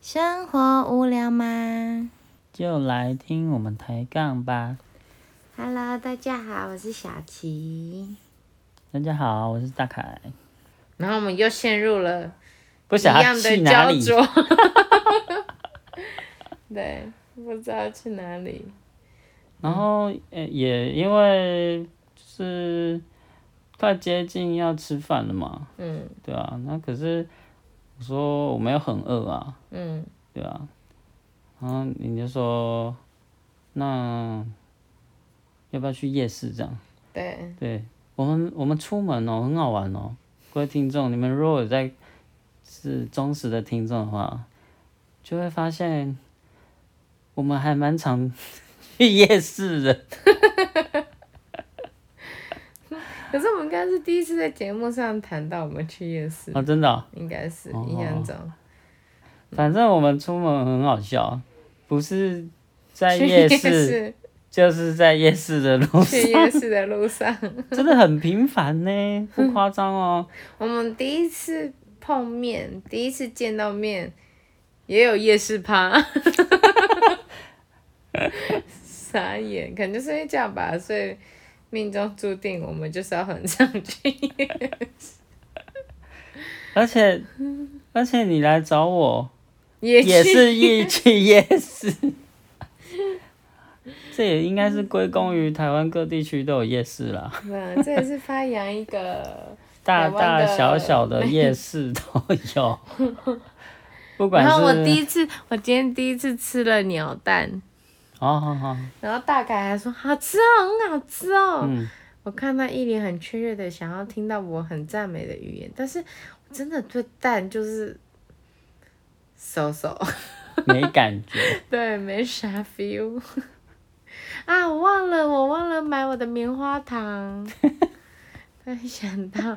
生活无聊吗就来听我们抬杠吧。 ？Hello，大家好，我是小琪。大家好，我是大凯。然后我们又陷入了不一想要样去的哪焦里？灼。 对，不知道去哪里。然后呃，也因为就是快接近要吃饭了嘛，嗯对啊。那可是我说我没有很饿啊，嗯，对啊。然后你就说那要不要去夜市这样？对，对我们，我们出门哦，很好玩哦。各位听众，你们如果有在是忠实的听众的话，就会发现我们还蛮常去夜市的。 可是我们应该是第一次在节目上谈到我们去夜市，哦，真的哦、应该是哦印象中反正我们出门很好笑，不是在 夜去市，市就是在夜市的路上，去夜市的路上， 真的很频繁呢，不夸张哦。我们第一次碰面，第一次见到面，也有夜市趴， 傻眼，可能就是因为这样吧，所以命中注定我们就是要很常 去。而且， 而且你来找我， 夜市也是一 去夜市。这也应该是归功于台湾各地区都有夜市 啦，嗯，这也是发扬一个，大台湾大的小小的夜市都 有。 不管然后我第是一次，我今天第一次吃了鸟蛋，哦，好好，然后大凯还说好吃哦，很好吃哦。嗯，我看他一脸很雀跃的想要听到我很赞美的语言，但是我真的对蛋就是手手，没感觉。对，没啥 feel。啊，我忘了，我忘了买我的棉花糖，突然想到，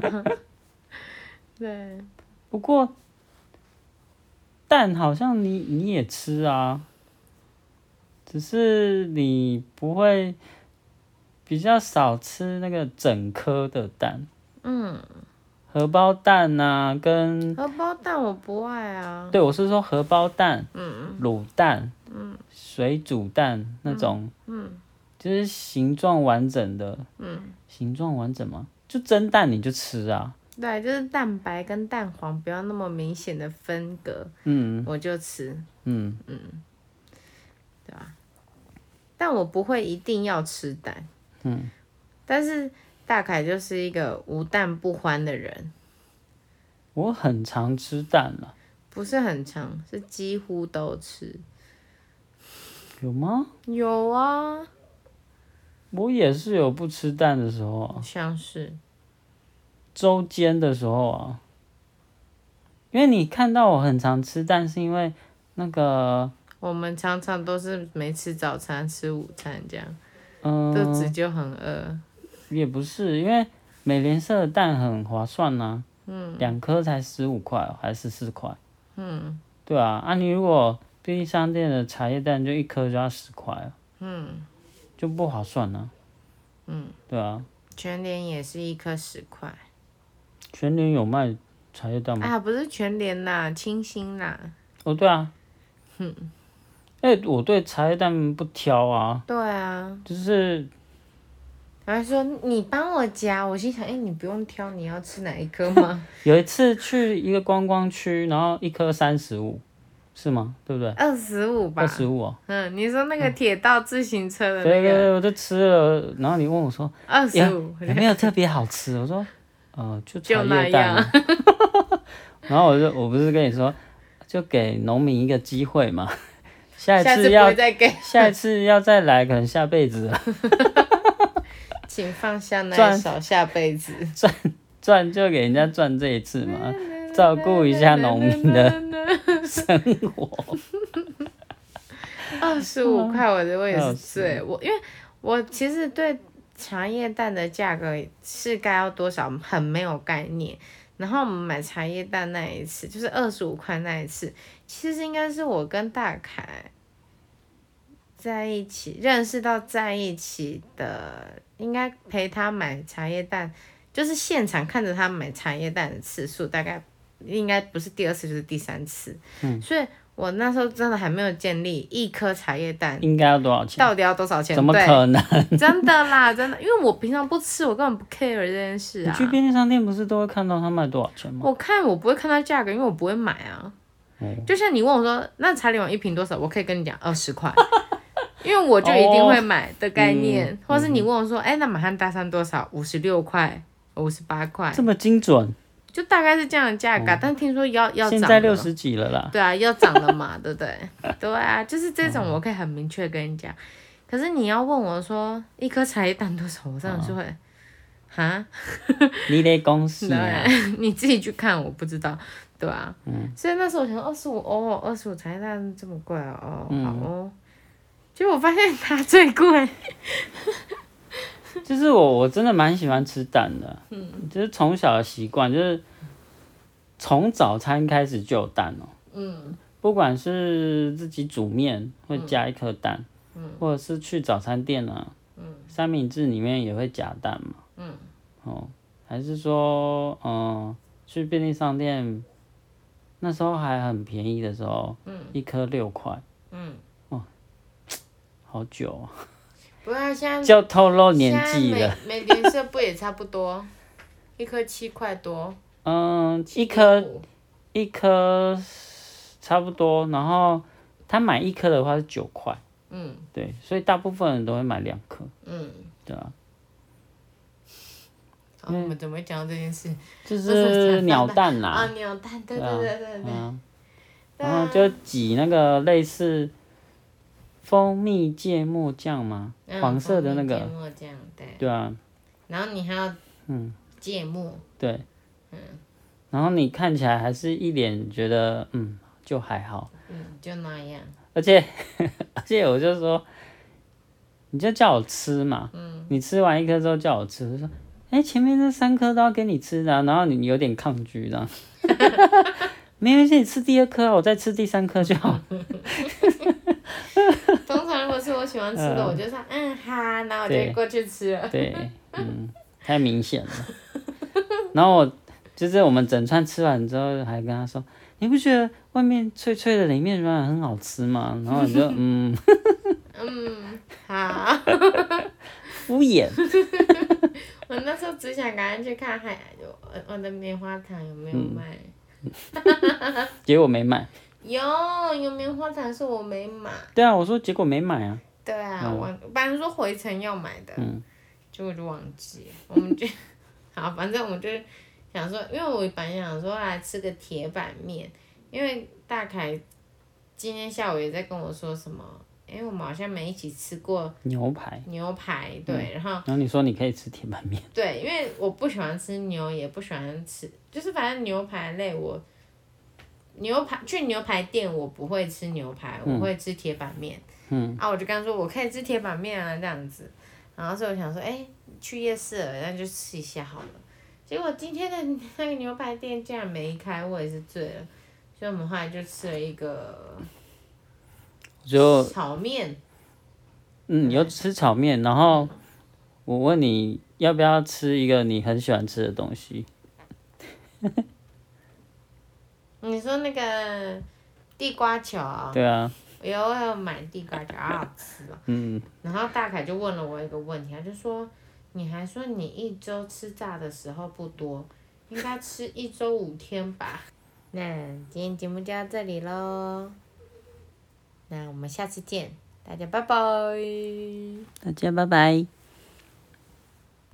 对，不过蛋好像你你也吃啊，只是你不会比较少吃那个整颗的蛋，嗯，荷包蛋啊，跟荷包蛋我不爱啊，对，我是说荷包蛋、卤蛋、水煮蛋那种，就是形状完整的，形状完整吗？就蒸蛋你就吃啊，对，就是蛋白跟蛋黄不要那么明显的分隔，嗯我就吃，嗯，但我不会一定要吃蛋。嗯，但是大凯就是一个无蛋不欢的人，我很常吃蛋啊了，不是很常，是几乎都吃。有吗？有啊，我也是有不吃蛋的时候啊，像是周间的时候啊，因为你看到我很常吃蛋，是因为那个，我们常常都是没吃早餐，吃午餐这样，嗯、肚子就很饿。也不是，因为美联社的蛋很划算呐、嗯，两颗才十五块哦还是十四块，嗯，对啊，啊你如果便利商店的茶叶蛋就一颗就要十块，嗯，就不划算呢、嗯，对啊，全联也是一颗十块，全年有卖茶叶蛋吗？啊，不是全联啦，清新啦，哦，对啊，嗯，哎、我对茶叶蛋不挑啊，对啊。就是然后说你帮我夹，我心想，哎、你不用挑，你要吃哪一颗 吗？有一次去一个观光区，然后一颗三十五，是吗？对不对？二十五吧二，十五哦。嗯，你说那个铁道自行车的对那对个对，我就吃了，然后你问我说哎二十呀五，有没有特别好吃，我说呃就茶就那叶蛋、啊， 然后我就我不是跟你说，就给农民一个机会嘛，下一下次次不要会再给，下一次要再来，可能下辈子 了请放下那赚一勺下辈子，赚就给人家赚这一 次嘛，照顾一下农民的生活。二十五块，我的我也是醉，我因为我其实对茶叶蛋的价格是该要多少很没有概念。然后我们买茶叶蛋那一次，就是二十五块那一次，其实应该是我跟大凯在一起认识到在一起的，应该陪他买茶叶蛋，就是现场看着他买茶叶蛋的次数，大概应该不是第二次就是第三次。嗯，所以我那时候真的还没有建立一颗茶叶蛋应该要多少钱？到底要多少钱，嗯怎么对，可能？真的啦，真的，因为我平常不吃，我根本不 care 这件事你啊去。便利商店不是都会看到它卖多少钱吗？我看我不会看它价格，因为我不会买啊。哦就像你问我说，那茶里王一瓶多少？我可以跟你讲二十块， 因为我就一定会买的概念。嗯或是你问我说，哎、那满汉大餐多少？五十六块，五十八块，这么精准，就大概是这样的价格啊、但听说要要哦现涨在了六嘛。十几了啦。对啊，要涨了嘛， 对 不对？对啊，就是这哦种我可以很明确跟你讲。可是你要问我说一颗茶叶蛋多少，我真的哦是会，哈，你得公司对啊， 你自己去看，我不知道，对啊。嗯所以那时候我想说二十五哦，二十五茶叶蛋这么贵哦，嗯哦好哦。结果我发现它最贵，就是我我真的蛮喜欢吃蛋的，嗯，就是从小的习惯，就是从早餐开始就有蛋哦、嗯，不管是自己煮面会加一颗蛋，嗯，或者是去早餐店啊，嗯，三明治里面也会夹蛋嘛，嗯，哦，还是说，嗯、去便利商店，那时候还很便宜的时候，嗯，一颗六块，嗯，哦，好久哦、不是现就透露哦年纪了。 在美美联社不也差不多，一颗七块多，嗯，一颗一颗差不多，然后他买一颗的话是九块，嗯，对，所以大部分人都会买两颗，嗯，哦对啊，嗯我们怎么会讲到这件事？就不是是鸟蛋啦，啊，鸟蛋，对对对对对，啊嗯，然后就挤那个类似蜂蜜芥末酱嘛，嗯黄色的那蜂蜜芥个，末酱，对，对啊，然后你还要嗯芥末，对，嗯然后你看起来还是一脸觉得嗯就还好。嗯，就那样，而且 而且我就说，你就叫我吃嘛，你吃完一颗之后叫我吃，我就说，哎、前面那三颗都要给你吃的啊、然后你有点抗拒的， 没关系，你吃第二颗啊，我再吃第三颗就好。通常如果是我喜欢吃的，我就说嗯哈，然后我就对过去吃了。对，嗯，太明显了。然后我就是我们整串吃完之后，还跟他说，你不觉得外面脆脆的，里面软软很好吃吗？然后你就嗯，嗯，好， 敷衍，我那时候只想赶快去看海，我我的棉花糖有没有卖？结果没买。有有棉花糖是我没买，对啊，我说结果没买啊。对啊，我本来说回程要买的，结果就忘记了，我们就 好，反正我们就想说，因为我本来想说来吃个铁板面，因为大凯今天下午也在跟我说什么，因为我们好像没一起吃过牛排，牛排，对，然后然后你说你可以吃铁板面，对，因为我不喜欢吃牛，也不喜欢吃，就是反正牛排类我，牛排去牛排店我不会吃牛排，我会吃铁板面。嗯。啊，我就跟他说我可以吃铁板面啊，这样子。然后所以我想说，哎、去夜市了，那就吃一下好了。结果今天的那个牛排店竟然没开，我也是醉了，所以我们后来就吃了一个 就炒面。嗯，有吃炒面，然后我问你要不要吃一个你很喜欢吃的东西，嗯你说那个地瓜球啊、对啊，有我有买地瓜条，好好吃哦。嗯，然后大凯就问了我一个问题，他就说：“你还说你一周吃炸的时候不多，应该吃一周五天吧？” 那今天节目就到这里喽，那我们下次见，大家拜拜。大家拜拜。